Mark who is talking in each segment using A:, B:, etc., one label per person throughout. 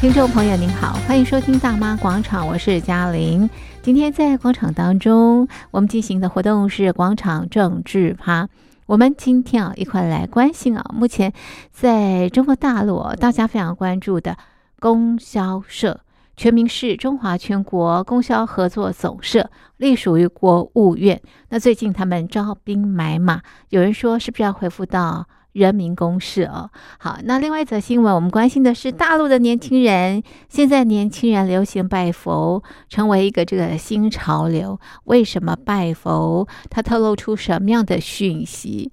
A: 听众朋友您好，欢迎收听《大妈广场》，我是嘉玲。今天在广场当中，我们进行的活动是广场政治趴。我们今天啊，一块来关心啊，目前在中国大陆啊大家非常关注的供销社，全名是中华全国供销合作总社，隶属于国务院。那最近他们招兵买马，有人说是不是要恢复到人民公社哦？好，那另外一则新闻，我们关心的是大陆的年轻人，现在年轻人流行拜佛，成为一个这个新潮流。为什么拜佛？它透露出什么样的讯息？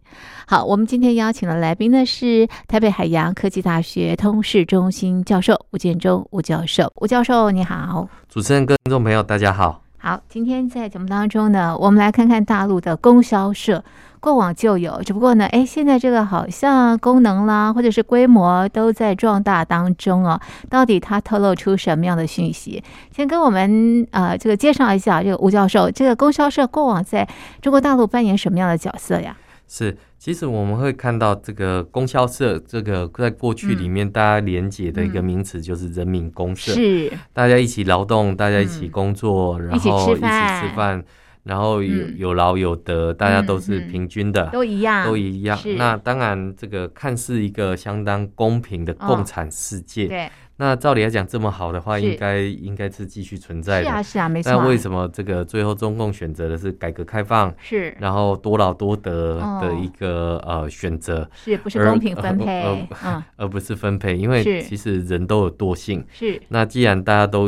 A: 好，我们今天邀请的来宾呢是台北海洋科技大学通识中心教授吴建中吴教授。吴教授你好。
B: 主持人跟听众朋友，大家好。
A: 好，今天在节目当中呢，我们来看看大陆的供销社，过往就有，只不过呢，哎，现在这个好像功能啦，或者是规模都在壮大当中哦。到底它透露出什么样的讯息？先跟我们呃这个介绍一下，这个吴教授，这个供销社过往在中国大陆扮演什么样的角色呀？
B: 是，其实我们会看到这个供销社，这个在过去里面大家连结的一个名词就是人民公社，
A: 嗯是，嗯
B: 大家一起劳动，大家一起工作，然
A: 一起
B: 后
A: 吃
B: 一起吃
A: 饭
B: 饭，然后有、
A: 嗯
B: 有劳有得，大家
A: 嗯
B: 都是
A: 嗯
B: 平均的。
A: 都一样，
B: 都一样
A: 是。
B: 那当然，这个看似一个相当公平的共产世界。
A: 对，
B: 那照理来讲，这么好的话，
A: 哦是
B: 应该应该是继续存在
A: 是
B: 的。
A: 啊，是啊，没错啊，
B: 但为什么这个最后中共选择的是改革开放，
A: 是
B: 然后多劳多得的
A: 哦
B: 一个、呃选择，
A: 是不是
B: 而
A: 公平分
B: 呃呃
A: 配？嗯，
B: 而不是分配，因为
A: 是
B: 其实人都有惰性。
A: 是。
B: 那既然大家都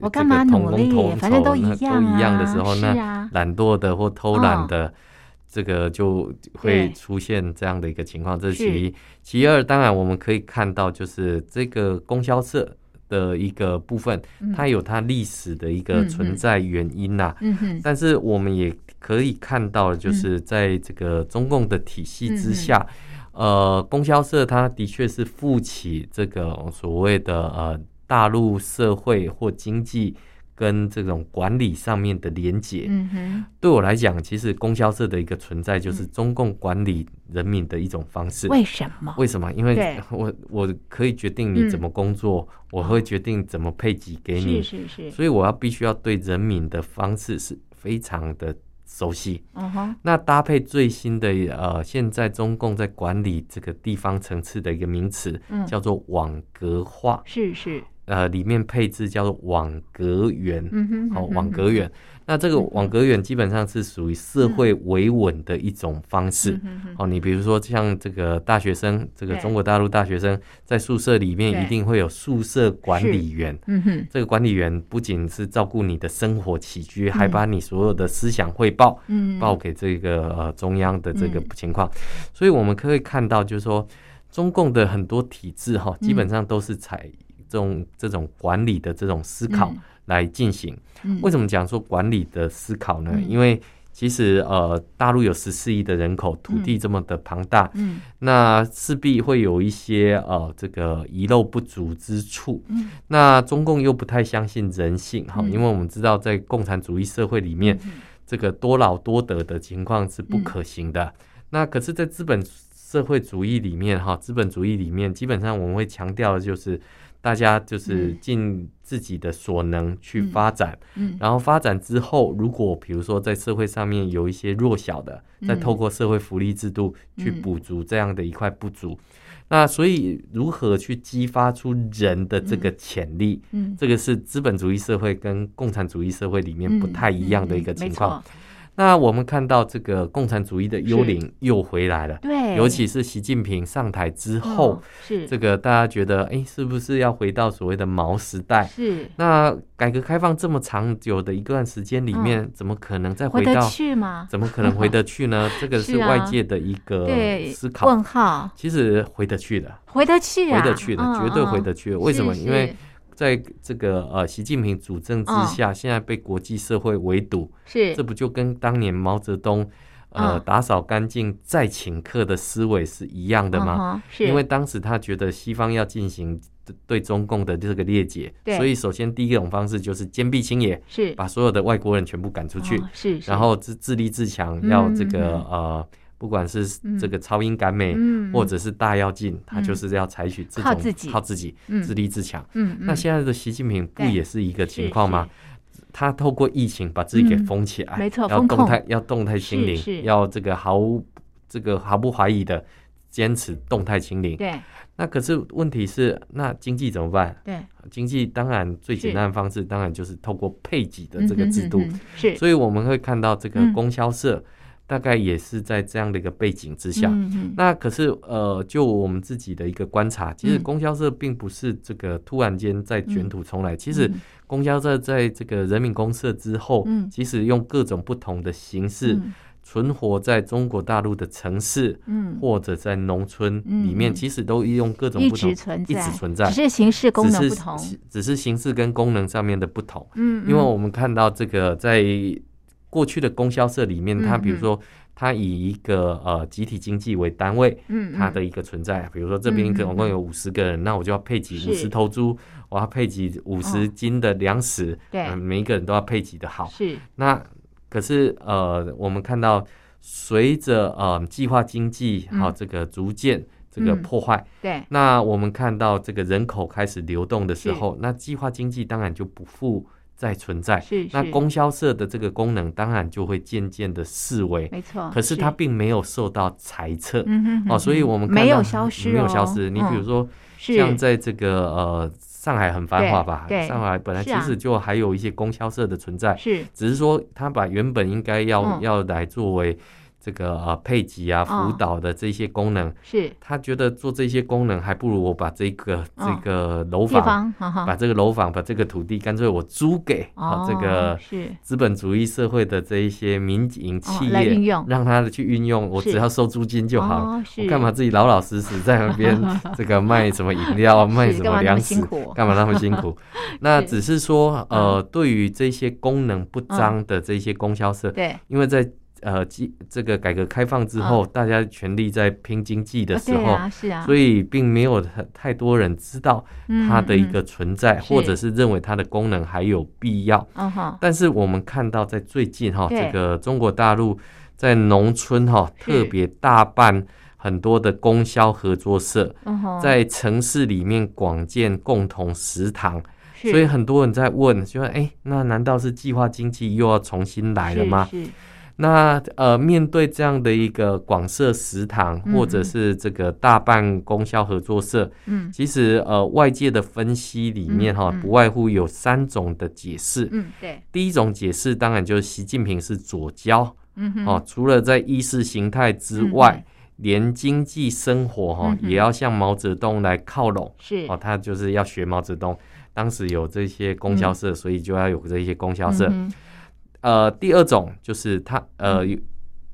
A: 我
B: 这
A: 干
B: 个
A: 嘛
B: 同
A: 努
B: 工
A: 力
B: 同？
A: 反正
B: 酬
A: 都一
B: 那
A: 样
B: 都一样的时
A: 啊
B: 候，
A: 是
B: 那
A: 啊
B: 懒惰的或偷懒
A: 哦
B: 的，这个就
A: 对
B: 会出现这样的一个情况。这是
A: 是
B: 其一。其二，当然我们可以看到，就是这个供销社的一个部分，
A: 嗯
B: 它有它历史的一
A: 嗯
B: 个
A: 嗯
B: 存在原因呐、
A: 嗯哼，
B: 但是我们也可以看到，
A: 嗯
B: 就是在这个中共的体系之下，呃，供销社它的确是负起这个所谓的呃大陆社会或经济跟这种管理上面的连结。
A: 嗯哼，
B: 对我来讲，其实供销社的一个存在就是中共管理人民的一种方式。
A: 嗯为什么？
B: 为什么？因为
A: 对嗯
B: 我我可以决定你怎么工作，我会决定怎么配给给你，
A: 是是是，
B: 所以我要必须要对人民的方式是非常的熟悉。
A: 嗯哼，
B: 那搭配最新的呃，现在中共在管理这个地方层次的一个名词，
A: 嗯
B: 叫做网格化，
A: 是是，
B: 呃，里面配置叫做网格员，
A: 嗯哼，
B: 好、
A: 嗯哼
B: 网格，员。那这个
A: 嗯哼
B: 网格员基本上是属于社会维稳的一种方式。
A: 嗯哼嗯哼
B: 哦，你比如说像这个大学生，这个
A: 对
B: 中国大陆大学生在宿舍里面
A: 对
B: 一定会有宿舍管理员，
A: 嗯哼，
B: 这个管理员不仅是照顾你的生活起居，还把你所有的思想汇报、
A: 嗯，
B: 报给这个呃中央的这个
A: 嗯
B: 情况，所以我们可以看到，就是说中共的很多体制哈，
A: 嗯
B: 基本上都是采这种这种管理的这种思考
A: 嗯
B: 来进行。
A: 嗯
B: 为什么讲说管理的思考呢？
A: 嗯
B: 因为其实呃，大陆有十四亿的人口，土地这么的庞大，
A: 嗯
B: 那势必会有一些呃这个遗漏不足之处。
A: 嗯
B: 那中共又不太相信人性哈，
A: 嗯
B: 因为我们知道在共产主义社会里面，这个多劳多得的情况是不可行
A: 嗯
B: 的。那可是，在资本社会主义里面哈，资本主义里面基本上我们会强调的就是。大家就是
A: 嗯
B: 尽自己的所能去
A: 嗯
B: 发展，
A: 嗯
B: 然后发展之后，如果比如说在社会上面有一些弱小的，再
A: 嗯
B: 透过社会福利制度去
A: 嗯
B: 补足这样的一块不足，那所以如何去激发出人的这个潜力，
A: 嗯，
B: 这个是资本主义社会跟共产主义社会里面不太一样的一个情
A: 嗯
B: 况。，
A: 嗯嗯没错
B: 那我们看到这个共产主义的幽灵又回来了，
A: 对，
B: 尤其是习近平上台之后，
A: 嗯是
B: 这个大家觉得，哎，是不是要回到所谓的毛时代？
A: 是
B: 那改革开放这么长久的一段时间里面，怎么可能再
A: 嗯回
B: 回
A: 得
B: 到？
A: 去吗？
B: 怎么可能回得 去呢？这个
A: 是
B: 是
A: 啊
B: 外界的一个
A: 对，
B: 思考。
A: 问号，
B: 其实回得去的，
A: 回得去嗯啊，
B: 回得去的，
A: 嗯
B: 绝对
A: 嗯
B: 回得去的。为什么？
A: 是
B: 因为
A: 是嗯
B: 在这个呃习近平主政之下，现在被国际社会围堵，这
A: 是
B: 不就跟当年毛泽东呃、
A: 嗯
B: 打扫干净再请客的思维是一样的吗？
A: 吗？嗯是
B: 因为当时他觉得西方要进行对对中共的这个裂解，
A: 对
B: 所以首先第一种方式就是坚壁清野，
A: 是
B: 把所有的外国人全部赶出去，
A: 哦是，是
B: 然后自自立自强，
A: 嗯
B: 要这个、
A: 嗯
B: 呃不管是这个超英赶美，
A: 嗯，
B: 或者是大跃进，他
A: 嗯
B: 就是要采取这种
A: 靠自己
B: 靠自己
A: 嗯
B: 自立自强。
A: 嗯，嗯
B: 那现在的习近平不
A: 对
B: 也是一个情
A: 是
B: 况吗？他透过疫情把自己给
A: 嗯
B: 封起来，
A: 没错
B: 要
A: 封控
B: 动态要动态清
A: 是是
B: 零，要这个毫无这个毫不怀疑的坚持动态清零。
A: 对
B: 那可是问题是，那经济怎么办？
A: 对
B: 经济当然最简
A: 是
B: 单的方式，当然就是透过配给的这个制度。
A: 嗯哼哼哼是
B: 所以我们会看到这个
A: 嗯
B: 供销社大概也是在这样的一个背景之下。
A: 嗯嗯
B: 那可是呃，就我们自己的一个观察，其实
A: 嗯
B: 供销社并不是这个突然间在卷土重来，其实
A: 嗯
B: 供销社在这个人民公社之后，
A: 嗯
B: 其实用各种不同的形式
A: 嗯
B: 存活在中国大陆的城市。
A: 嗯，
B: 或者在农村
A: 嗯
B: 里面，
A: 嗯
B: 其实都用各种
A: 一
B: 不同
A: 直存在，
B: 一直存在
A: 只是形式功能
B: 只
A: 不
B: 是
A: 同。
B: 只是形式跟功能上面的不同。
A: 嗯，
B: 因为
A: 嗯
B: 我们看到这个在过去的供销社里面，它
A: 嗯
B: 比如
A: 嗯
B: 说它以一个呃集体经济为单位，
A: 嗯
B: 它
A: 嗯
B: 的一个存在，啊比如说这
A: 嗯
B: 边
A: 嗯
B: 总共有五十个人，那我就要配给
A: 是
B: 五十头猪，我要配给五
A: 哦
B: 十斤的粮食，
A: 对
B: 嗯每一个人都要配给的好。
A: 是
B: 那可是呃，我们看到随着呃计划经济
A: 嗯
B: 好、这个逐渐这个
A: 嗯
B: 破坏，
A: 对
B: 那我们看到这个人口开始流动的时候，那计划经济当然就不复再存在，
A: 是
B: 哎那
A: 是
B: 供销社的这个功能当然就会渐渐的式微，
A: 没错，
B: 可是它并没有受到裁撤。
A: 嗯哼
B: 哦，
A: 哼
B: 所以
A: 哼
B: 我们看
A: 没
B: 到
A: 有消失哦，
B: 没有消失。你比如
A: 嗯
B: 说，
A: 是
B: 像在这个呃上海很繁华吧，
A: 对对
B: 上海本来
A: 是
B: 其
A: 啊
B: 实就还有一些供销社的存在，
A: 是
B: 只是说它把原本应该要、
A: 嗯
B: 要来作为这个呃配给啊、
A: 哦
B: 辅导的这些功能，
A: 是
B: 他觉得做这些功能还不如我把这个、
A: 嗯
B: 这个楼
A: 地
B: 房，
A: 方，哈
B: 把
A: 哈，
B: 这个楼房，把这个土地干脆我租给啊、
A: 哦，
B: 这个
A: 是
B: 资本主义社会的这一些民营企
A: 哦来运
B: 业，
A: 用
B: 让他去运用，我
A: 是
B: 只要收租金就好了。
A: 哦是
B: 我干嘛自己老老实实在那 边这个卖什么饮料啊，卖
A: 是
B: 什
A: 干嘛那么
B: 么粮
A: 辛
B: 食
A: 苦， 嗯
B: 干嘛那么 辛苦？那只是说，呃，对于这些功能不彰的这些供销社，
A: 对
B: 因为在呃，基这个改革开放之后，大家全力在拼经济的
A: 啊
B: 时
A: 对
B: 候，
A: 啊是啊，
B: 所以并没有太太多人知道
A: 以
B: 它的一个存在，
A: 嗯是
B: 或者是认为它的功能还有必要。
A: 嗯哈
B: 但是我们看到，在最近哈，
A: 对
B: 这个中国大陆在农村哈，
A: 是
B: 特别大办很多的供销合作社，
A: 嗯哈，
B: 在城市里面广建共同食堂，
A: 是
B: 所以很多人在问，就说：“哎，那难道是计划经济又要重新来了
A: 是
B: 吗？”
A: 是
B: 那呃，面对这样的一个广设食堂，
A: 嗯
B: 或者是这个大办供销合作社，
A: 嗯
B: 其实呃，外界的分析里面哈，
A: 嗯嗯
B: 不外乎有三种的解释。
A: 嗯对
B: 第一种解释当然就是习近平是左交、
A: 嗯哼
B: 哦，除了在意识形态之外，连经济生活哈、哦
A: 嗯哼
B: 也要向毛泽东来靠拢
A: 是
B: 哦，他就是要学毛泽东。当时有这些供销社，所以就要有这些供销社。
A: 嗯哼嗯
B: 呃，第二种就是他呃有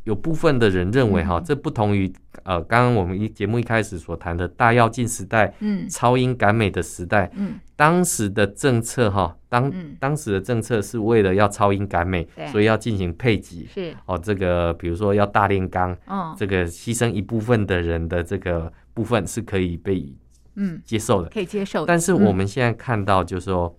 B: 有部分的人认为哈，这不同于呃刚刚我们一节目一开始所谈的大跃进时代、
A: 嗯
B: 超英赶美的时代，
A: 嗯
B: 当时的政策哈，当
A: 嗯
B: 当时的政策是为了要超英赶美
A: 对，
B: 所以要进行配给
A: 是
B: 哦，这个比如说要大炼钢，
A: 哦
B: 这个牺牲一部分的人的这个部分是可以被
A: 嗯
B: 接受的。
A: 可以接受的，
B: 但是我
A: 嗯
B: 们现在看到，就是说、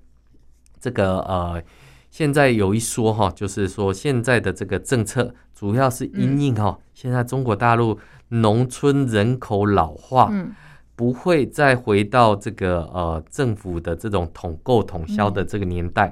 B: 这个呃，现在有一说哈，就是说现在的这个政策主要是因应
A: 嗯
B: 哈、现在中国大陆农村人口老化，
A: 嗯
B: 不会再回到这个呃政府的这种统购统销的这个年代。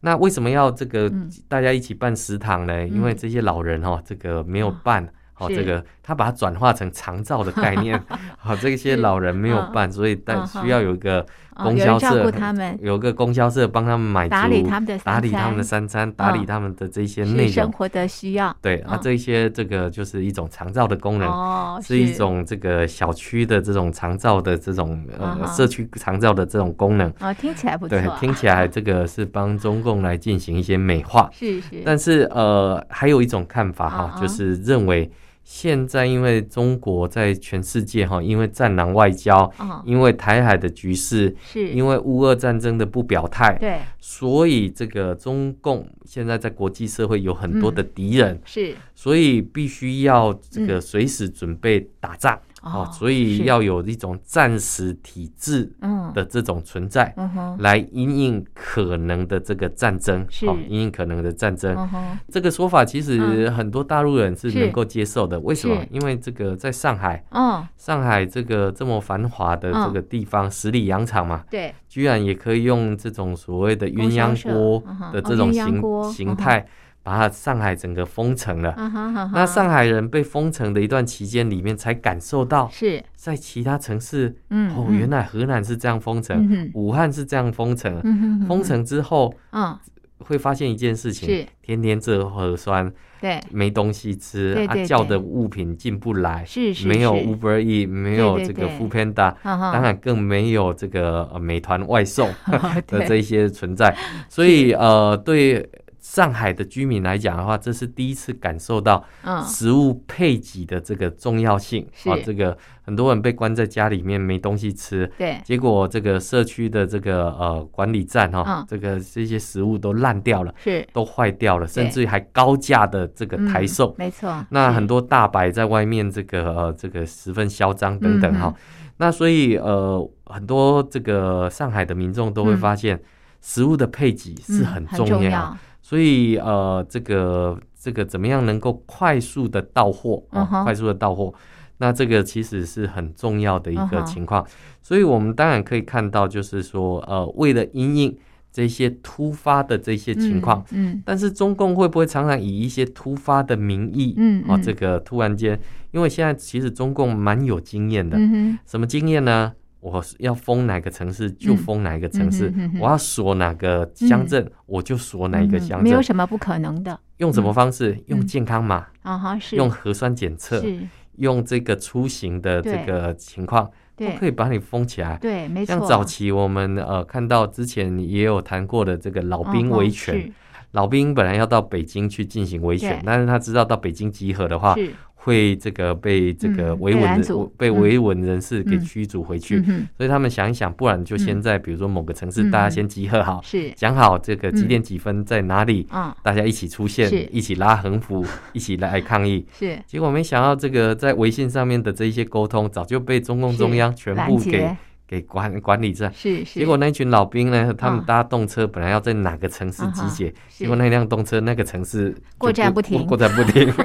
B: 那为什么要这个
A: 嗯
B: 大家一起办食堂呢？因为这些老人哦，这个没有办。哦，
A: 是
B: 这个他把它转化成长照的概 念，好、这些老人没有
A: 嗯
B: 办，所以但
A: 嗯哼
B: 需要有一个
A: 哦
B: 供
A: 有
B: 销
A: 人照
B: 社
A: 顾他们，
B: 有个供销社帮他们买
A: 打理
B: 足
A: 他们的
B: 打
A: 三
B: 理他们的
A: 餐
B: 三餐，打理
A: 嗯
B: 他们的这些内
A: 是生
B: 容。
A: 活的需要
B: 对啊
A: 嗯，
B: 这些这个就是一种长照的功能，
A: 哦
B: 是一种这个小区的这种长照的这种
A: 啊
B: 呃
A: 哈
B: 社区长照的这种功能。
A: 哦听起来不错
B: 对，，听起来这个是帮中共来进行一些美化。
A: 是是
B: 但是呃，还有一种看法哈
A: 嗯，嗯
B: 就是认为现在因为中国在全世界哈，因为战狼外交，
A: 哦
B: 因为台海的局势，
A: 是
B: 因为乌俄战争的不表态，
A: 对
B: 所以这个中共现在在国际社会有
A: 嗯
B: 很多的敌人，
A: 是嗯
B: 所以必须要这个随时准备打仗。哦，所以
A: 是
B: 要有一种战时体制
A: 嗯
B: 的这种存在，
A: 嗯哼
B: 来因应可能的这个战争，
A: 是
B: 哦，因应可能的战争。
A: 嗯哼
B: 这个说法其实
A: 嗯
B: 很多大陆人是
A: 是
B: 能够接受的，为什么
A: 是？
B: 因为这个在上海，
A: 哦，
B: 上海这个这么繁华的
A: 嗯
B: 这个地方，十里洋场嘛，
A: 对，
B: 居然也可以用这种所谓的鸳鸯锅
A: 公交车
B: 的这种
A: 嗯哼哦鸳鸯
B: 形、
A: 锅
B: 形态，把它上海整个封城了。
A: 嗯哼嗯哼，
B: 那上海人被封城的一段期间里面，才感受到
A: 是
B: 在其他城市，
A: 嗯
B: 哦，
A: 嗯
B: 原来河南是这样封城，
A: 嗯哼
B: 武汉是这样封城。
A: 嗯哼嗯
B: 封
A: 哼
B: 城之后
A: 嗯
B: 会发现一件事
A: 是
B: 情，天天测核酸，
A: 对
B: 没东西吃，
A: 对对
B: 啊，叫
A: 对
B: 的物品进不来，
A: 是是
B: 没有
A: 是
B: Uber E，没有
A: 对
B: 这个
A: 对
B: f o o Panda，
A: 嗯哼
B: 当然更没有这个呃美团外送的
A: 对
B: 这一些存在，所以呃，对上海的居民来讲的话，这是第一次感受到
A: 嗯
B: 食物配给的这个重要性
A: 是
B: 啊。这个很多人被关在家里面没东西吃，
A: 对
B: 结果这个社区的这个呃管理站哈、
A: 嗯
B: 这个这些食物都烂掉了，
A: 是
B: 都坏掉了，甚至于还高价的这个
A: 嗯
B: 台售。
A: 没错，
B: 那很
A: 多
B: 多大白在外面这个呃这个十分嚣张等
A: 嗯
B: 等哈、那所以呃很多这个上海的民众都会
A: 嗯
B: 发现，食物的配给是很重要，
A: 重，
B: 所以呃这个这个怎么样能够快速的到货啊、
A: 嗯哼
B: 快速的到货，那这个其实是很重要的一个
A: 嗯哼
B: 情况，所以我们当然可以看到，就是说呃为了因应这些突发的这些情况。
A: 嗯，
B: 但是中共会不会常常以一些突发的名义，
A: 嗯
B: 哦
A: 嗯，
B: 这个突然间，因为现在其实中共蛮有经验的，
A: 嗯嗯哼，
B: 什么经验呢？我是要封哪个城市就封哪个城市，
A: 嗯嗯嗯嗯
B: 我要锁哪个乡镇、我就锁哪一个
A: 嗯哼
B: 乡
A: 没
B: 镇。
A: 有什么不可能的
B: 用什么方式？用健康码，
A: 啊哈，是
B: 用核酸检测，
A: 是，
B: 用这个出行的这
A: 对
B: 个情况，都
A: 对
B: 可以把你封起来。
A: 对，没错，
B: 像早期我们呃看到之前也有谈过的这个老
A: 嗯
B: 兵
A: 哼
B: 维权，
A: 是
B: 老兵本来要到北京去进行维权
A: 对，
B: 但是他知道到北京集合的话，
A: 是
B: 会这个被这个
A: 嗯
B: 维
A: 被
B: 稳
A: 拦
B: 人、
A: 阻
B: 被
A: 嗯
B: 维稳人士给
A: 嗯
B: 驱逐回去，
A: 嗯哼
B: 所以他们想一想，不然就先
A: 嗯
B: 在比如说某个城市，
A: 嗯
B: 大家先集合好，
A: 是，
B: 讲好这个几
A: 嗯
B: 点几分在哪里，
A: 嗯
B: 大家一起出现
A: 是，
B: 一起拉横 幅，一起来抗议。
A: 是
B: 结果没想到，这个在微信上面的这一些沟通，早就被中共
A: 是
B: 中央全
A: 拦
B: 部给
A: 截
B: 给管管理着。
A: 是是，
B: 结果那一群老兵呢，他们
A: 啊
B: 搭动车本来要在哪个城市
A: 啊
B: 集
A: 哈
B: 结，
A: 是
B: 结果那辆动车那个城市就
A: 过站不停
B: 过过站不停。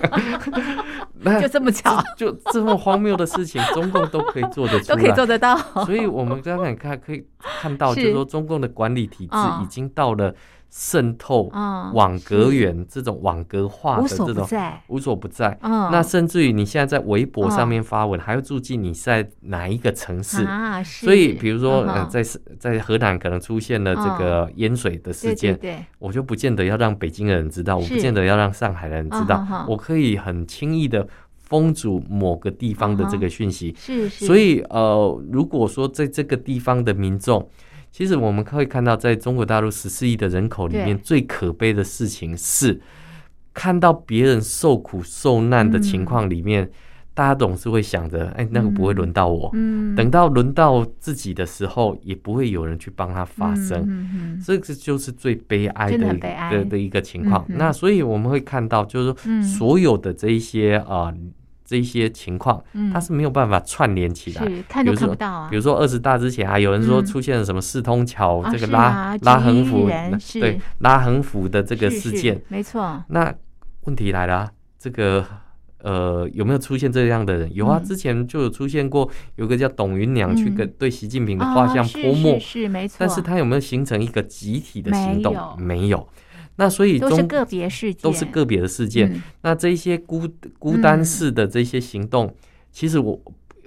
B: 那
A: 就这么巧，
B: 就这么荒谬的事情，中共都可以做得出
A: 都可以
B: 来。
A: 做得到，
B: 所以我们刚刚看可以看到，
A: 是
B: 就是说中共的管理体制
A: 嗯
B: 已经到了渗透、
A: 嗯
B: 网格
A: 是
B: 员这种网格化
A: 无
B: 的
A: 所
B: 这
A: 不
B: 种
A: 在，
B: 无所不在。
A: 嗯，
B: 那甚至于你现在在微博上
A: 嗯
B: 面发文，还要注记你在哪一个城市。
A: 啊，是
B: 所以，比如说，
A: 嗯
B: 呃，
A: 哼嗯
B: 在在河南可能出现了这个淹水的事
A: 对对
B: 件，
A: 对，
B: 我就不见得要让北京的人知道，我
A: 是
B: 不见得要让上海的人知
A: 啊哈哈
B: 道，我可以很轻易的封阻某个地方的
A: 啊哈
B: 这个讯息。
A: 是是，
B: 所以，呃，如果说在这个地方的民众，其实我们会看到，在中国大陆十四亿的人口里面，
A: 对
B: 最可悲的事情是，看到别人受苦受难的情况里面，大家总是会想着，哎，那个不会轮到我。
A: 嗯，
B: 等到轮到自己的时候，也不会有人去帮他发声。
A: 嗯嗯
B: 这个就是最悲哀的
A: 真的
B: 一
A: 很
B: 个
A: 悲哀
B: 的的一个情况。
A: 嗯哼
B: 那所以我们会看到，就是
A: 嗯
B: 说所有的这一些啊、呃这一些情况，
A: 嗯
B: 它是没有办法串联起来。
A: 是看都
B: 比如
A: 看
B: 说
A: 不到啊
B: 比，如说二十大之前啊，有人说
A: 嗯
B: 出现了什么四通桥、
A: 啊
B: 这个
A: 是
B: 拉、
A: 啊
B: 拉
A: 举
B: 横
A: 一
B: 幅，
A: 人
B: 那
A: 是
B: 对拉横幅的这个
A: 是
B: 事
A: 是
B: 件，
A: 没错，
B: 那问题来了、啊，这个呃有没有出现这样的人？有啊，
A: 嗯
B: 之前就有出现过，有个叫董云娘去跟、对习近平的画
A: 啊
B: 像
A: 是
B: 泼墨，
A: 是是没错，
B: 但是他有没有形成一个集体的行动？
A: 没有
B: 那所以
A: 都是
B: 中
A: 个别事件，
B: 都是个别的事件。
A: 嗯
B: 那这一些孤孤单式的这些行动，其实我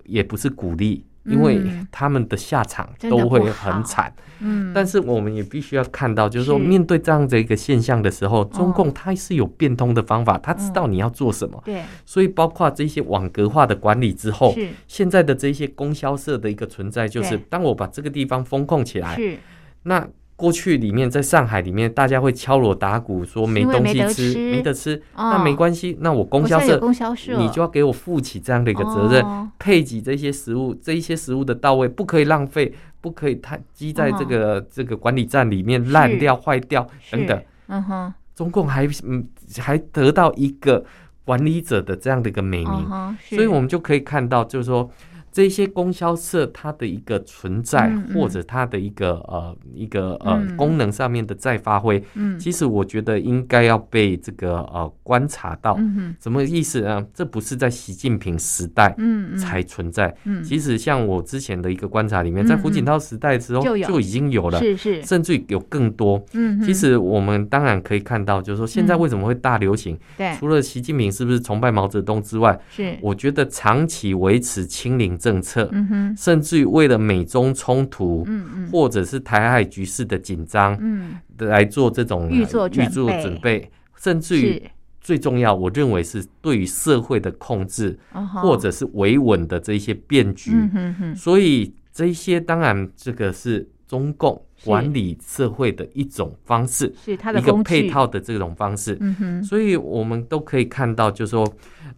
B: 也不是鼓励。因为
A: 嗯
B: 他们的下场
A: 真的
B: 都
A: 不
B: 会
A: 好
B: 很惨，
A: 嗯，
B: 但是我们也必须要看到，就是说
A: 是哦
B: 面对这样的一个现象的时候，中共它是有变通的方法，它知道
A: 嗯
B: 你要做什么，
A: 对
B: 所以包括这些网格化的管理之后，
A: 是
B: 现在的这些供销社的一个存在，就是
A: 对
B: 当我把这个地方封控起来，
A: 是
B: 那过去里面在上海里面，大家会敲锣打鼓说没
A: 因为
B: 东
A: 没
B: 西
A: 得
B: 吃，
A: 吃
B: 没得吃，
A: 哦
B: 那没关系，那我供
A: 我
B: 销
A: 现在有
B: 社
A: 供销社
B: 你就要给我负起这样的一个责任，
A: 哦
B: 配给这些食物，这一些食物的到位不可以浪费，不可以它积在
A: 哦
B: 这个、这个管理站里面烂掉、坏掉等等
A: 是。嗯哼，
B: 中共还嗯还得到一个管理者的这样的一个美名。
A: 嗯哼是
B: 所以我们就可以看到，就是说这些供销社它的一个存在，
A: 嗯嗯
B: 或者它的一个呃一个呃、
A: 嗯
B: 功能上面的再发挥，
A: 嗯
B: 其实我觉得应该要被这个呃观察到。
A: 嗯哼
B: 什么意思呢？这不是在习近平时代
A: 嗯嗯
B: 才存在，
A: 嗯
B: 其实像我之前的一个观察里面，
A: 嗯
B: 在胡锦涛时代之后
A: 就有
B: 就已经有了，
A: 是是
B: 甚至有更多。
A: 嗯哼
B: 其实我们当然可以看到，就是说现在
A: 嗯哎
B: 为什么会大流行？
A: 对
B: 除了习近平是不是崇拜毛泽东之外，
A: 是
B: 我觉得长期维持清零政策，
A: 哎嗯哼
B: 甚至于为了美中冲突、
A: 嗯嗯
B: 或者是台海局势的紧张、
A: 嗯
B: 来做这种
A: 预做准备
B: 预做准备，甚至于
A: 是
B: 最重要，我认为是对于社会的控制，
A: 哦吼
B: 或者是维稳的这一些变局。
A: 嗯哼哼
B: 所以这一些当然这个是中共
A: 是
B: 管理社会的一种方式，
A: 是他的
B: 一个
A: 工
B: 配
A: 具
B: 套的这种方式。
A: 嗯哼
B: 所以我们都可以看到，就是说，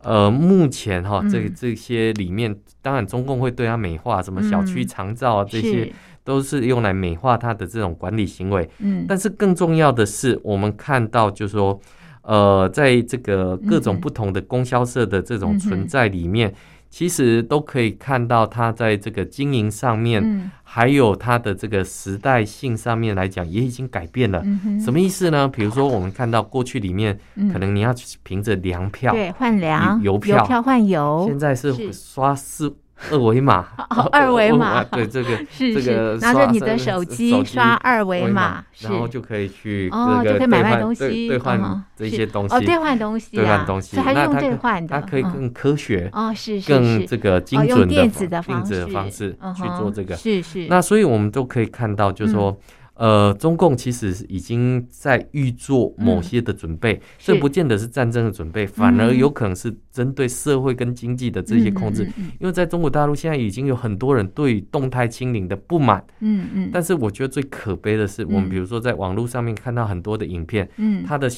B: 呃，目前哈、
A: 嗯
B: 这这些里面，当然中共会对它美化，什么小区
A: 嗯
B: 长照啊，这些
A: 是
B: 都是用来美化它的这种管理行为。
A: 嗯
B: 但是更重要的是，我们看到就是说，呃，在这个各
A: 嗯
B: 种不同的供销社的这种
A: 嗯哼
B: 存在里面，其实都可以看到它在这个经营上面，
A: 嗯
B: 还有它的这个时代性上面来讲，也已经改变了。
A: 嗯哼
B: 什么意思呢？比如说，我们看到过去里面，
A: 嗯
B: 可能你要去凭着粮票，
A: 对换粮
B: 邮票
A: 邮票换油
B: 现在
A: 哦是，
B: 是刷四二维码
A: 哦 二维 码
B: 对这个
A: 是
B: 这
A: 是
B: 个
A: 拿着
B: 刷
A: 你的
B: 手
A: 手
B: 手
A: 机
B: 机
A: 刷二维
B: 码
A: 码，是
B: 然后就可以去
A: 哦
B: 这
A: 就
B: 个
A: 可以
B: 兑
A: 买卖
B: 换
A: 东西
B: 对兑
A: 嗯
B: 换
A: 哼
B: 这
A: 是
B: 些东西，
A: 哦兑换东西
B: 兑换
A: 啊
B: 东西
A: 所以还是
B: 那
A: 用
B: 它
A: 兑
B: 可
A: 换的
B: 它可以
A: 嗯
B: 更科学、
A: 哦是是
B: 更
A: 是
B: 这个精
A: 哦用
B: 准
A: 电子
B: 的方
A: 方
B: 电子的方
A: 式
B: 式
A: 嗯
B: 去
A: 哼
B: 做这个。
A: 是嗯是
B: 那所以我们都可以看到，就是说。呃，中共其实已经在预做某些的准备，这
A: 嗯是
B: 不见得是战争的准备，反而
A: 嗯
B: 有可能是针对社会跟经济的这些控制。
A: 嗯
B: 因为在中国大陆现在已经有很多人对于动态清零的不满，
A: 嗯嗯，
B: 但是我觉得最可悲的是，我们
A: 嗯
B: 比如说在网络上面看到很多的影片，
A: 嗯
B: 它的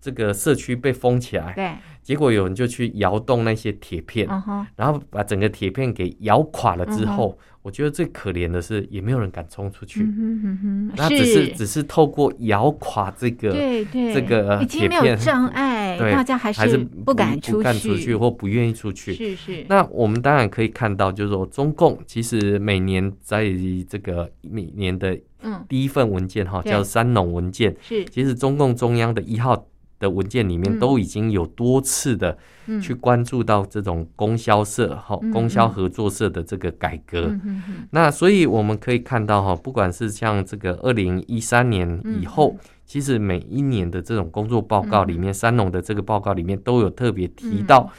B: 这个社区被封起来，
A: 对，
B: 结果有人就去摇动那些铁片，
A: 嗯哼，
B: 然后把整个铁片给摇垮了之后，我觉得最可怜的是，也没有人敢冲出去，
A: 嗯哼嗯
B: 那
A: 哼，
B: 只是只是透过摇垮这个。
A: 对对，
B: 这个
A: 已
B: 呃
A: 经
B: 铁
A: 没有
B: 片
A: 障碍，
B: 对
A: 大家还
B: 还是
A: 不敢
B: 不敢出去
A: 去，
B: 或不愿意出去，
A: 是是，
B: 那我们当然可以看到，就是说中共其实每年在这个每年的
A: 嗯
B: 第一份文件哈，
A: 对
B: 叫三农文件，
A: 是，
B: 其实中共中央的一号的文件里
A: 嗯
B: 面都已经有多次的
A: 嗯
B: 去关注到这种供销社哈、
A: 嗯
B: 供销合作社的这个改革。
A: 嗯哼哼，
B: 那所以我们可以看到哈，不管是像这个二零一三年
A: 嗯
B: 以后，其实每一年的这种工作报告里面，
A: 嗯
B: 三农的这个报告里面都有特别提到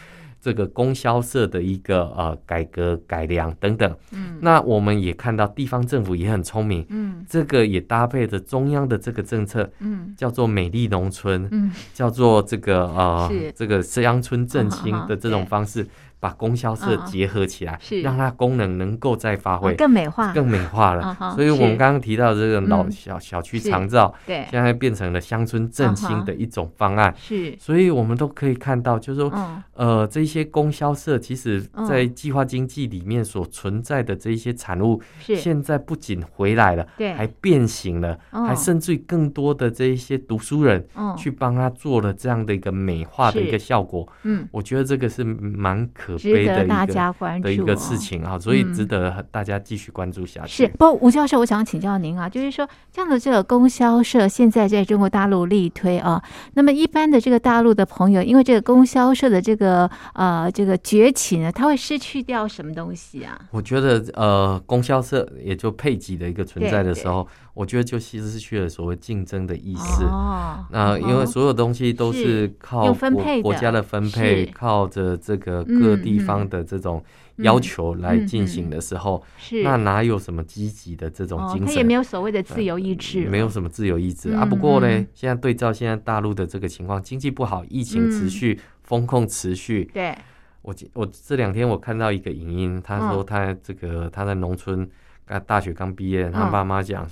B: 这个供销社的一个呃改革、改良等等。
A: 嗯
B: 那我们也看到地方政府也很聪明，
A: 嗯
B: 这个也搭配着中央的这个政策，
A: 嗯
B: 叫做美丽农村，
A: 嗯，
B: 叫做这个呃
A: 是
B: 这个乡村振兴
A: 啊哈哈
B: 的这
A: 对
B: 种方式，把供销社
A: 啊啊
B: 结合起来，
A: 是
B: 让它功能能够再发挥
A: 哦。更美化，
B: 更美化了。
A: 啊哈
B: 所以我
A: 是
B: 们刚刚提到这个老
A: 嗯
B: 小、小区
A: 是
B: 长照，
A: 对，
B: 现在变成了乡村振兴的一种方案。
A: 是，
B: 所以我们都可以看到，就是说，
A: 嗯
B: 呃，这些供销社其实
A: 嗯
B: 在计划经济里面所存在的这一些产物，
A: 是，
B: 现在不仅回来了，
A: 对
B: 还变形了，
A: 哦
B: 还甚至于更多的这一些读书人。
A: 嗯
B: 去帮他做了这样的一个美化的
A: 是
B: 一个效果，
A: 嗯，
B: 我觉得这个是蛮可
A: 值
B: 悲的
A: 得
B: 一
A: 大
B: 个
A: 家关注
B: 的一个
A: 哦
B: 事情啊，所以
A: 嗯
B: 值得大家继续关注下去。
A: 是，不过吴教授，我想请教您啊，就是说这样的这个供销社现在在中国大陆力推啊，那么一般的这个大陆的朋友，因为这个供销社的这个呃这个崛起呢，它会失去掉什么东西啊？
B: 我觉得呃，供销社也就配给的一个存在的时候，我觉得就失去了所谓竞争的意识。
A: 哦，
B: 那因为所有东西都
A: 是
B: 是
A: 用
B: 靠国
A: 分配的
B: 国家的分配
A: 是，
B: 靠着这个
A: 嗯
B: 各地
A: 嗯
B: 方的这种
A: 嗯
B: 要求来
A: 嗯
B: 进
A: 嗯
B: 行的时候，
A: 是
B: 那哪有什么积极的这种
A: 哦，
B: 精
A: 他
B: 神？
A: 也没有所谓的自由意志了，
B: 没有什么自由意志、啊。不
A: 嗯
B: 过呢，
A: 嗯
B: 现在对照现在大陆的这个情况，经济不好，疫情
A: 嗯
B: 持续，风控持续。
A: 对，嗯
B: 我记我这两天我看到一个影音，他说他这个、他在农村刚大学刚毕业，他
A: 嗯
B: 爸妈讲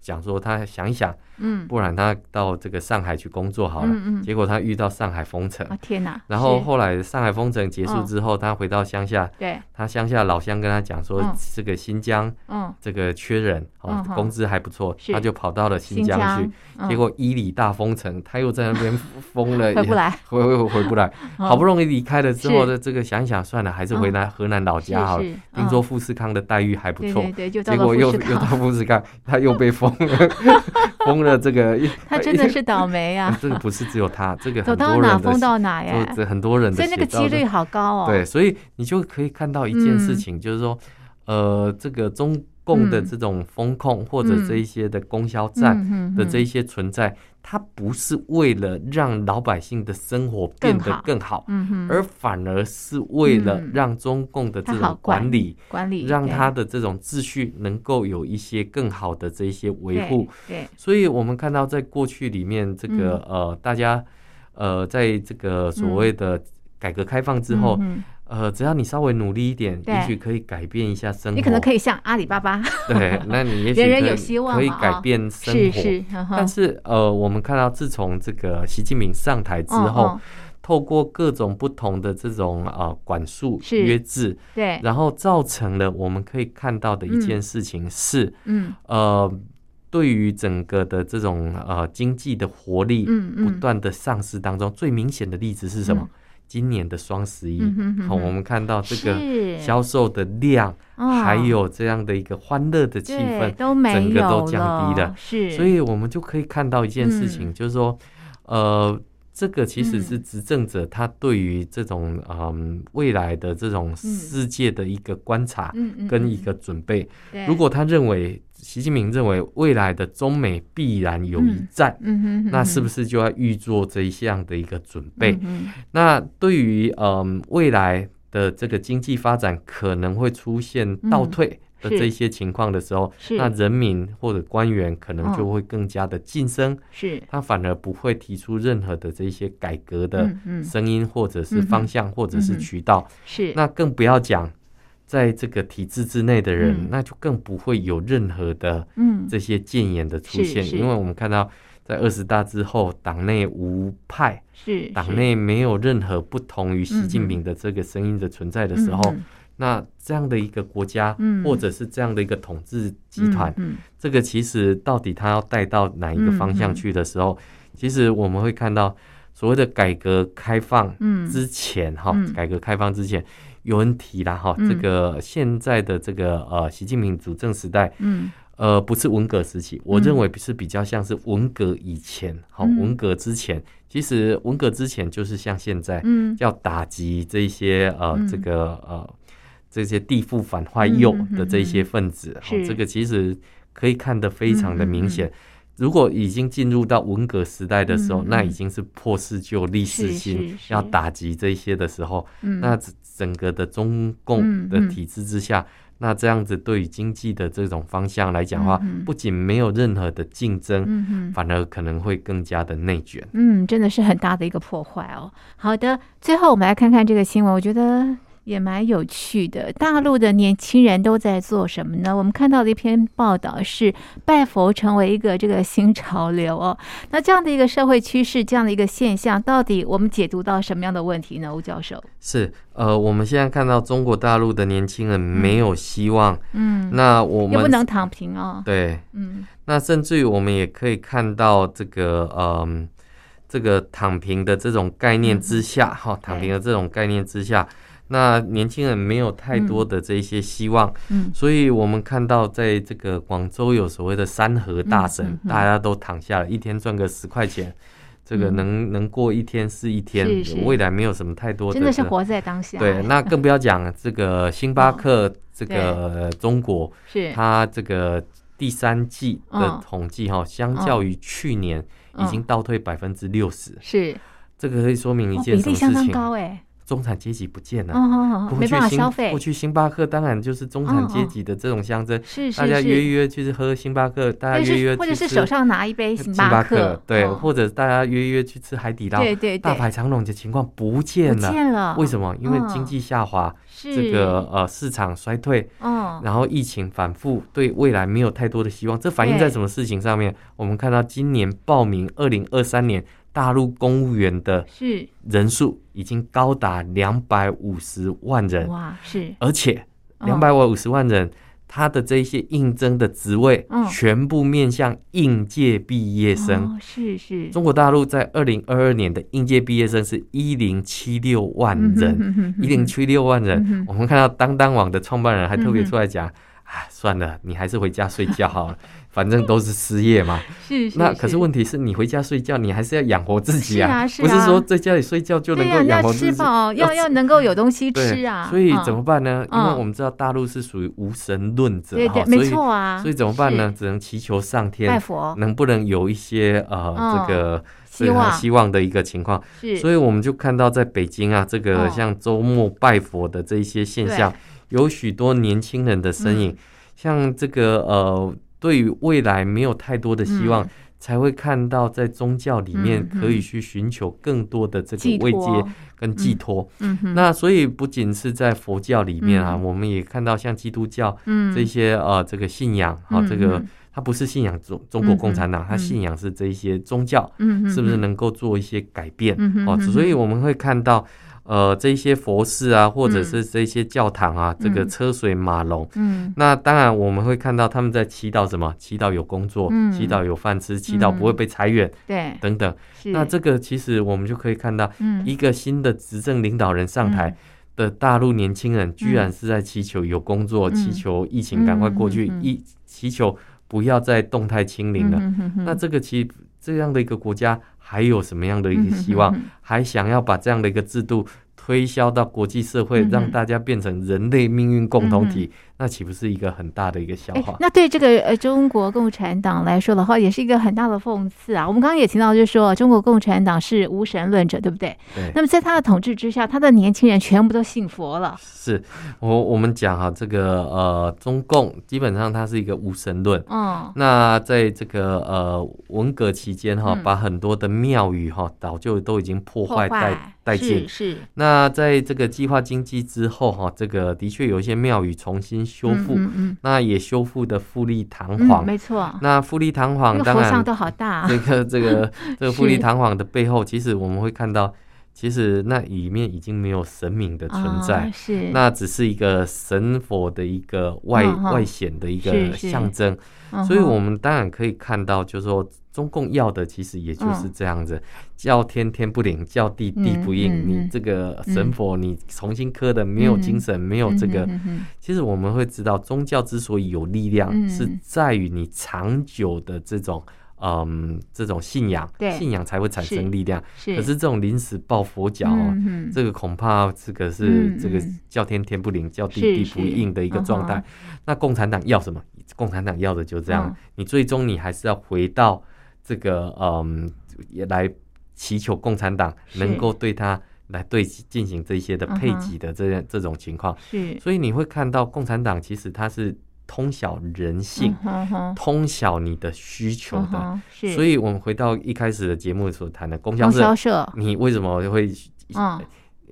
B: 讲说他想一想，
A: 嗯，
B: 不然他到这个上海去工作好了。
A: 嗯嗯，
B: 结果他遇到上海封城，
A: 啊天哪！
B: 然后
A: 是
B: 后来上海封城结束
A: 嗯
B: 之后，他回到乡下，
A: 对，
B: 他乡下老乡跟他讲说
A: 嗯，
B: 这个新疆
A: 嗯，
B: 这个缺人，哦
A: 嗯，哼
B: 工资还不错，
A: 是
B: 他就跑到了新
A: 新
B: 疆去。
A: 嗯
B: 结果伊犁大封城，他又在那边 封了，
A: 回不来，
B: 回回回不来。好不
A: 容
B: 容易离开了之
A: 嗯
B: 后
A: 是嗯
B: 呢，这个想一想算了，还是回南河南老
A: 易
B: 家好了。听说富士康的待遇还不
A: 对
B: 错
A: 嗯对，对，就到
B: 结
A: 了
B: 果
A: 富
B: 又
A: 士
B: 又到
A: 康，
B: 富士康，他又被封 了，封了这个。，
A: 他真的是倒霉啊
B: 这个不是只有他，这个
A: 走
B: 很多
A: 到
B: 人
A: 哪
B: 的
A: 封到哪
B: 就
A: 呀，
B: 这很多人的
A: 所以那个
B: 写照
A: 几率
B: 都
A: 好高哦。
B: 对，，所以你就可以看到一件事情，就是说，呃，这个中共的
A: 嗯
B: 这种风控或者
A: 嗯
B: 这一些的供销站
A: 嗯
B: 的这
A: 一
B: 一些存在，它不是为了让老百姓的生活变
A: 更
B: 得
A: 好
B: 更好，
A: 嗯哼
B: 而反而是为了
A: 嗯
B: 让中共的这
A: 它好
B: 种
A: 管
B: 管理，
A: 管理
B: 让它的这种秩序能够有一些更好的这一些
A: 对
B: 维护。，
A: 对，
B: 所以我们看到，在过去里面，这个、
A: 嗯
B: 呃，大家呃，在这个所谓的改革开放之后，
A: 嗯哼
B: 呃，只要你稍微努力一点，
A: 对
B: 也许可以改变一下生活。
A: 你可能可以像阿里巴巴，
B: 对，那你也许
A: 人人
B: 可以
A: 有希望
B: 可以
A: 嘛啊
B: 改变生
A: 是
B: 活。
A: 是，嗯哼
B: 但是呃，我们看到自从这个习近平上台之
A: 嗯
B: 后，
A: 嗯
B: 透过各种不同的这种呃管束
A: 是
B: 约制，
A: 对，
B: 然后造成了我们可以看到的一件事情是，
A: 嗯
B: 呃，对于整个的这种呃经济的活力
A: 嗯嗯，
B: 不断的丧失当中，最明显的例子是什么？
A: 嗯
B: 今年的双十一，
A: 嗯哼哼
B: 好，
A: 哼
B: 我们看到这个
A: 是
B: 销售的量，
A: 啊
B: 还有这样的一个欢乐的气
A: 对
B: 氛，
A: 都没
B: 整个都
A: 有
B: 降低了
A: 是，
B: 所以我们就可以看到一件事情，就是说，呃。这个其实是
A: 嗯
B: 执政者他对于这种嗯未来的这种世界的一个观察
A: 嗯嗯
B: 跟
A: 嗯
B: 一个准备，
A: 对
B: 如果他认为习近平认为未来的中美必然有一战，
A: 嗯哼哼
B: 那是不
A: 是
B: 是就要预做这一项的一个准备？
A: 嗯哼
B: 那对于嗯未来的这个经济发展可能会出现倒退
A: 嗯
B: 的
A: 是
B: 这些情况的时候，
A: 是
B: 那人民或者官员可能就会更加的晋升，
A: 是
B: 他反而不会提出任何的这些改革的
A: 嗯嗯
B: 声音，或者是
A: 嗯哼
B: 方向，或者
A: 嗯
B: 是
A: 哼
B: 渠道。
A: 是
B: 那更不要讲在这个体制之内的人，
A: 嗯
B: 那就更不会有任何的
A: 嗯
B: 这些谏言的出现，
A: 是是
B: 因为我们看到。在二十大之后，党内无派，
A: 是
B: 党
A: 是
B: 内没有任何不同于习
A: 嗯嗯
B: 近平的这个声音的存在的时候，
A: 嗯
B: 那这样的一个国家，
A: 嗯
B: 或者是这样的一个统治集团，
A: 嗯嗯
B: 这个其实到底它要带到哪一个
A: 嗯
B: 方
A: 嗯
B: 向去的时候，其实我们会看到所谓的改革开放，
A: 嗯
B: 之前哈
A: 嗯，
B: 改革开放之前，有人提啦哈，
A: 嗯
B: 这个现在的这个呃，习近平主政时代，
A: 嗯
B: 呃，不是文革时期，我
A: 嗯
B: 认为是比较像是文革以前，好，
A: 嗯
B: 文革之前，其实文革之前就是像现在
A: 嗯
B: 要打击这一些呃
A: 嗯
B: 这个呃这些地富反坏右
A: 嗯嗯嗯
B: 的这些分子，好
A: 是嗯
B: 这个其实可以看得非常的明显。如果已经进入到文革时代的时候，
A: 嗯嗯
B: 那已经是破四旧、立四
A: 是
B: 新，
A: 是是
B: 要打击这一些的时候，
A: 嗯
B: 那整整个的中共的体制之
A: 嗯
B: 下，那这样子对于经济的这种方向来讲的话，
A: 嗯嗯
B: 不仅没有任何的竞争，
A: 嗯哼。
B: 反而可能会更加的内卷。
A: 嗯，真的是很大的一个破坏哦。好的，最后我们来看看这个新闻，我觉得也蛮有趣的。大陆的年轻人都在做什么呢？我们看到的一篇报道是拜佛成为一个这个新潮流哦。那这样的一个社会趋势，这样的一个现象，到底我们解读到什么样的问题呢？吴教授，
B: 是，呃，我们现在看到中国大陆的年轻人没有希望，
A: 嗯，
B: 那我
A: 也
B: 们
A: 不能躺平哦。
B: 对，
A: 嗯
B: 那甚至于我们也可以看到这个，嗯、这个躺平的这种概念之
A: 嗯
B: 下，哈、躺平的这种概念之下，那年轻人没有太多的这一些希望，
A: 嗯
B: 所以我们看到在这个广州有所谓的三和大神，
A: 嗯嗯嗯
B: 大家都躺下了，一天赚个十块钱。这个
A: 嗯
B: 能、能过一天是一天，
A: 是是
B: 未来没有什么太多的
A: 真的是
B: 这
A: 活在当下。哦
B: 对，那更不要讲这个星巴克，
A: 嗯
B: 这个、呃中国，
A: 是
B: 它这个第三季的
A: 嗯
B: 统计哈、相较于去年已经倒退百分之六十，
A: 是，
B: 这个可以说明一
A: 哦
B: 件
A: 比
B: 什
A: 例
B: 么
A: 相
B: 事
A: 当
B: 情？
A: 高哎，
B: 中产阶级嗯不见了。
A: 哦，
B: 过
A: 没
B: 去
A: 办法
B: 星
A: 消费嗯
B: 过，去星巴克当然就是中产阶级的这种象征，
A: 是是
B: 大家
A: 是
B: 约约去喝星巴克，大家
A: 但是
B: 约约
A: 或者
B: 去
A: 是
B: 吃
A: 手上拿一杯
B: 星
A: 巴
B: 克，对，
A: 哦
B: 或者大家约约去吃海底捞，
A: 对对对，
B: 大排长龙的情况不
A: 不
B: 见了。
A: 见了，
B: 为
A: 么？
B: 什么？因为
A: 嗯
B: 经济下滑，
A: 是
B: 这个，呃市场衰退，
A: 嗯，哦，
B: 然后疫情反复，对未来没有太多的希望。这反映在
A: 对
B: 什么事情上面？我们看到今年报名二零二三年大陆公务员的
A: 是
B: 人数已经高达两百五十万人，
A: 哇，是
B: 而且
A: 嗯
B: 两百五十万人，他的这一些应征的职位
A: 嗯
B: 全部面向应届毕业生。
A: 哦，是是，
B: 中国大陆在二零二二年的应届毕业生是一零七六万人，
A: 人
B: 一零七六万人，
A: 嗯嗯哼
B: 我们看到当当网的创办人还特别
A: 嗯哼
B: 出来讲，哎、算了，你还是回家睡觉好了，反正都是失业嘛。
A: 是是，
B: 那可是问题是你回家睡觉，你还是要养活自己啊，
A: 是啊是啊
B: 不是说在家里睡觉就
A: 对
B: 能
A: 呀，
B: 够养活
A: 要
B: 自
A: 吃
B: 己。
A: 饱，要
B: 要
A: 要能够有东西
B: 对
A: 吃啊，
B: 所以
A: 嗯
B: 怎么办呢？因
A: 嗯
B: 为我们知道大陆是属于无神论者
A: 对
B: 哈
A: 对，，
B: 所
A: 没
B: 以
A: 错啊，
B: 所以怎么办呢？嗯
A: 是？
B: 只能祈求上
A: 拜
B: 天
A: 佛，
B: 能不能有一些呃
A: 嗯
B: 这个
A: 希
B: 这个
A: 望
B: 希望的一个情况。
A: 是，
B: 所以我们就看到，在北京啊，这个
A: 哦
B: 像周末拜佛的这一些现象，有许多年轻人的身影，
A: 嗯
B: 像这个呃，对于未来没有太多的希望，才会看到在宗教里面
A: 嗯嗯
B: 可以去寻求更多的这
A: 寄
B: 个慰
A: 托
B: 藉跟寄托。
A: 嗯哼，
B: 那所以不仅是在佛教里面啊，
A: 嗯
B: 我们也看到像基督教
A: 嗯
B: 这些、呃这个信仰啊，
A: 嗯
B: 这个
A: 嗯
B: 它不是信仰中中国共产党，
A: 嗯嗯
B: 它信仰是这一些宗教。
A: 嗯哼
B: 是不是
A: 哼
B: 能够做一些改变？
A: 嗯哼
B: 哦，
A: 嗯哼
B: 所以我们会看到，呃，这一些佛寺啊，或者
A: 嗯
B: 是这些教堂啊，这个
A: 嗯
B: 车水马龙。
A: 嗯
B: 那当然，我们会看到他们在祈祷什么？祈祷有工作，
A: 嗯
B: 祈祷有饭吃，祈祷不会被裁员、
A: 对
B: 等等。
A: 是
B: 那这个其实我们就可以看到，
A: 嗯
B: 一个新的执政领导人上台的大陆年轻人，居然是在祈求有工作，
A: 嗯
B: 祈求疫情赶快过去，
A: 嗯嗯嗯
B: 一祈求不要再动态清零了。
A: 嗯哼哼
B: 那
A: 哼
B: 这个其这样的一个国家还有什么样的一个希望？
A: 嗯哼哼哼
B: 还想要把这样的一个制度推销到国际社会，
A: 嗯哼嗯
B: 让大家变成人类命运共同体，那岂不是一个很大的一个笑
A: 哎
B: 话？
A: 那对这个呃中国共产党来说的话，也是一个很大的讽刺啊。我们刚刚也提到，就是说中国共产党是无神论者，对不对？
B: 对，
A: 那么在他的统治之下，他的年轻人全部都信佛了。
B: 是我我们讲哈，这个呃，中共基本上它是一个无神论。
A: 嗯，
B: 那在这个呃文革期间哈，
A: 嗯
B: 把很多的庙宇哈早就都已经破
A: 破
B: 坏殆殆尽
A: 是，是
B: 那在这个计划经济之后，哈，这个的确有一些庙宇重新修复，
A: 嗯嗯
B: 那也修复的富丽堂
A: 嗯嗯，
B: 皇。
A: 没错，
B: 那富丽堂皇，
A: 那个
B: 当
A: 佛像
B: 然，
A: 都好大啊。
B: 这个 这个这个富丽
A: 是
B: 堂皇的背后，其实我们会看到，其实那里面已经没有神明的存在，
A: 啊是
B: 那只是一个神佛的一个外、
A: 嗯哼
B: 外显的一
A: 是
B: 个
A: 是
B: 象征。
A: 嗯
B: 所以，
A: 哼
B: 我们当然可以看到，就是说，中共要的其实也就是这样子，叫天天不灵，叫地地不应。
A: 嗯嗯嗯嗯
B: 你这个神佛，你重新磕的没有精神，没有这个。
A: 嗯哼哼
B: 其实我们会知道，宗教之所以有力量，
A: 嗯
B: 是在于你长久的这种，嗯，这种信仰
A: 对，
B: 信仰才会产
A: 是
B: 生力量。
A: 哼
B: 可
A: 是
B: 是这种临时抱佛脚、哦。
A: 嗯哼
B: 这个恐怕这个
A: 嗯
B: 是
A: 嗯
B: 这个叫天天不灵，叫
A: 是
B: 地地不
A: 是
B: 应的一个状
A: 嗯
B: 态。那共产党要什么？共产党要的就这样
A: 嗯，
B: 你最终你还是要回到这个嗯，也来祈求共产党
A: 是嗯
B: 能够对他来对进行这些的配给的这样这种情况。
A: 是
B: 所以你会看到共产党其实它是通晓人性
A: 嗯、哼哼
B: 通晓你的需求
A: 嗯
B: 的。
A: 哼是，
B: 所以我们回到一开始的节目所谈的供销
A: 供销
B: 社，
A: 社，
B: 你为什么会
A: 嗯，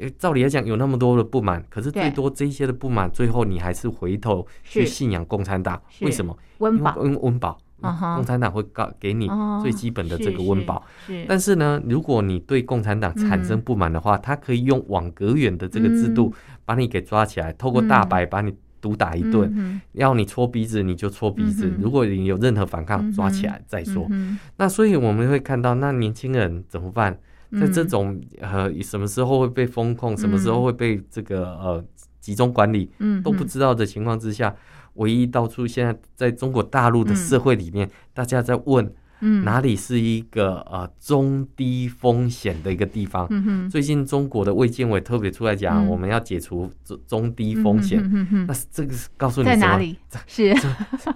B: 呃照理来讲有那么多的不满，可是
A: 对
B: 最多这一些的不满，最后你还是回头去
A: 是
B: 信仰共产党，
A: 是
B: 为什么？
A: 温饱
B: 因为温温饱，
A: 嗯哼
B: 共产党会告给你
A: 哦
B: 最基本的这
A: 是
B: 个温饱。
A: 是，
B: 但是呢，如果你对共产党产生
A: 嗯
B: 不满的话，他可以用网格员的这个制度把你给抓起来，透过大白把你毒打一顿，
A: 嗯
B: 要你戳鼻子你就戳鼻子
A: 嗯，哼嗯
B: 如果你有任何反抗，抓起来再
A: 哼
B: 说。
A: 嗯
B: 那所以我们会看到，那年轻人怎么办？
A: 哼
B: 在这
A: 嗯
B: 种呃，什么时候会被风控，什么时候会被这个呃集中管理
A: 嗯
B: 都不
A: 哼
B: 知道的情况之下，唯一到处现在在中国大陆的社会里面，大家在问
A: 嗯
B: 哪里是一个呃中低风险的一个地方。
A: 嗯哼
B: 最近中国的卫健委特别出来讲，
A: 嗯
B: 我们要解除中中低风险。
A: 嗯哼哼哼
B: 那是这个是告诉
A: 哼
B: 你
A: 在
B: 什
A: 哪
B: 么？
A: 里？是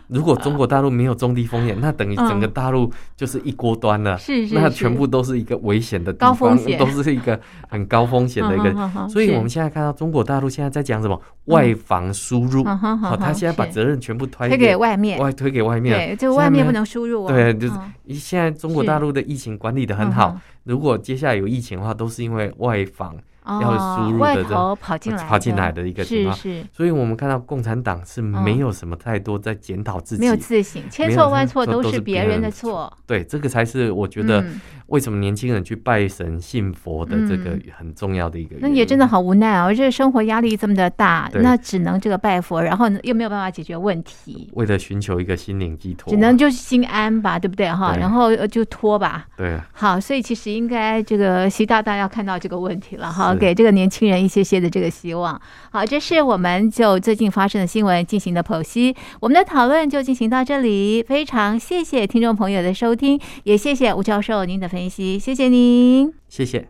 B: 如果中国大陆没有中低风险，那等于整个
A: 嗯
B: 大陆就是一锅端了。
A: 是是，
B: 那
A: 是
B: 全部都是一个危险的地
A: 高
B: 方，
A: 风险
B: 都是一个很高风险的一
A: 嗯
B: 个。
A: 哼哼哼
B: 所以，
A: 是
B: 我们现在看到中国大陆现在在讲什么外防输入，哦
A: 嗯哼哼
B: 好，他
A: 哼
B: 现在把
A: 是
B: 责任全部推
A: 推给外面，
B: 外推给外面。
A: 对，就
B: 现
A: 外
B: 在
A: 面
B: 呢
A: 不能输入哦，
B: 对就是
A: 嗯
B: 现在中国
A: 是
B: 大陆的疫情管理的很
A: 嗯
B: 好
A: 哼，
B: 如果接下来有疫情的话，都是因为外防要输入
A: 嗯哦外
B: 的这
A: 头跑进来，
B: 跑进来的一个情
A: 是
B: 况
A: 是，
B: 所以我们看到共产党是没有什么太多在检讨自
A: 嗯没
B: 己，
A: 有自省，千
B: 没有
A: 错万
B: 自
A: 错
B: 都
A: 都
B: 都
A: 是
B: 是别
A: 别人
B: 人
A: 的
B: 的
A: 错。
B: 对，这个才是我觉得
A: 嗯
B: 为什么年轻人去拜神信佛的这个
A: 嗯
B: 很重要的一个原因。
A: 那也真的好无奈啊！这生活压力这么的大，
B: 对
A: 那只能这个拜佛，然后呢又没有办法解决问题，
B: 为了寻求一个心灵寄托啊，
A: 只能就是心安吧，对不对哈？
B: 对
A: 然后呃就拖吧。
B: 对啊，
A: 好，所以其实应该这个呃习大大要看到这个问题了哈，
B: 是
A: 给这个年轻人一些些的这个希望。好，这是我们就最近发生的新闻进行的剖析，我们的讨论就进行到这里。非常谢谢听众朋友的收听，也谢谢吴教授您的分析，谢谢您。
B: 谢谢。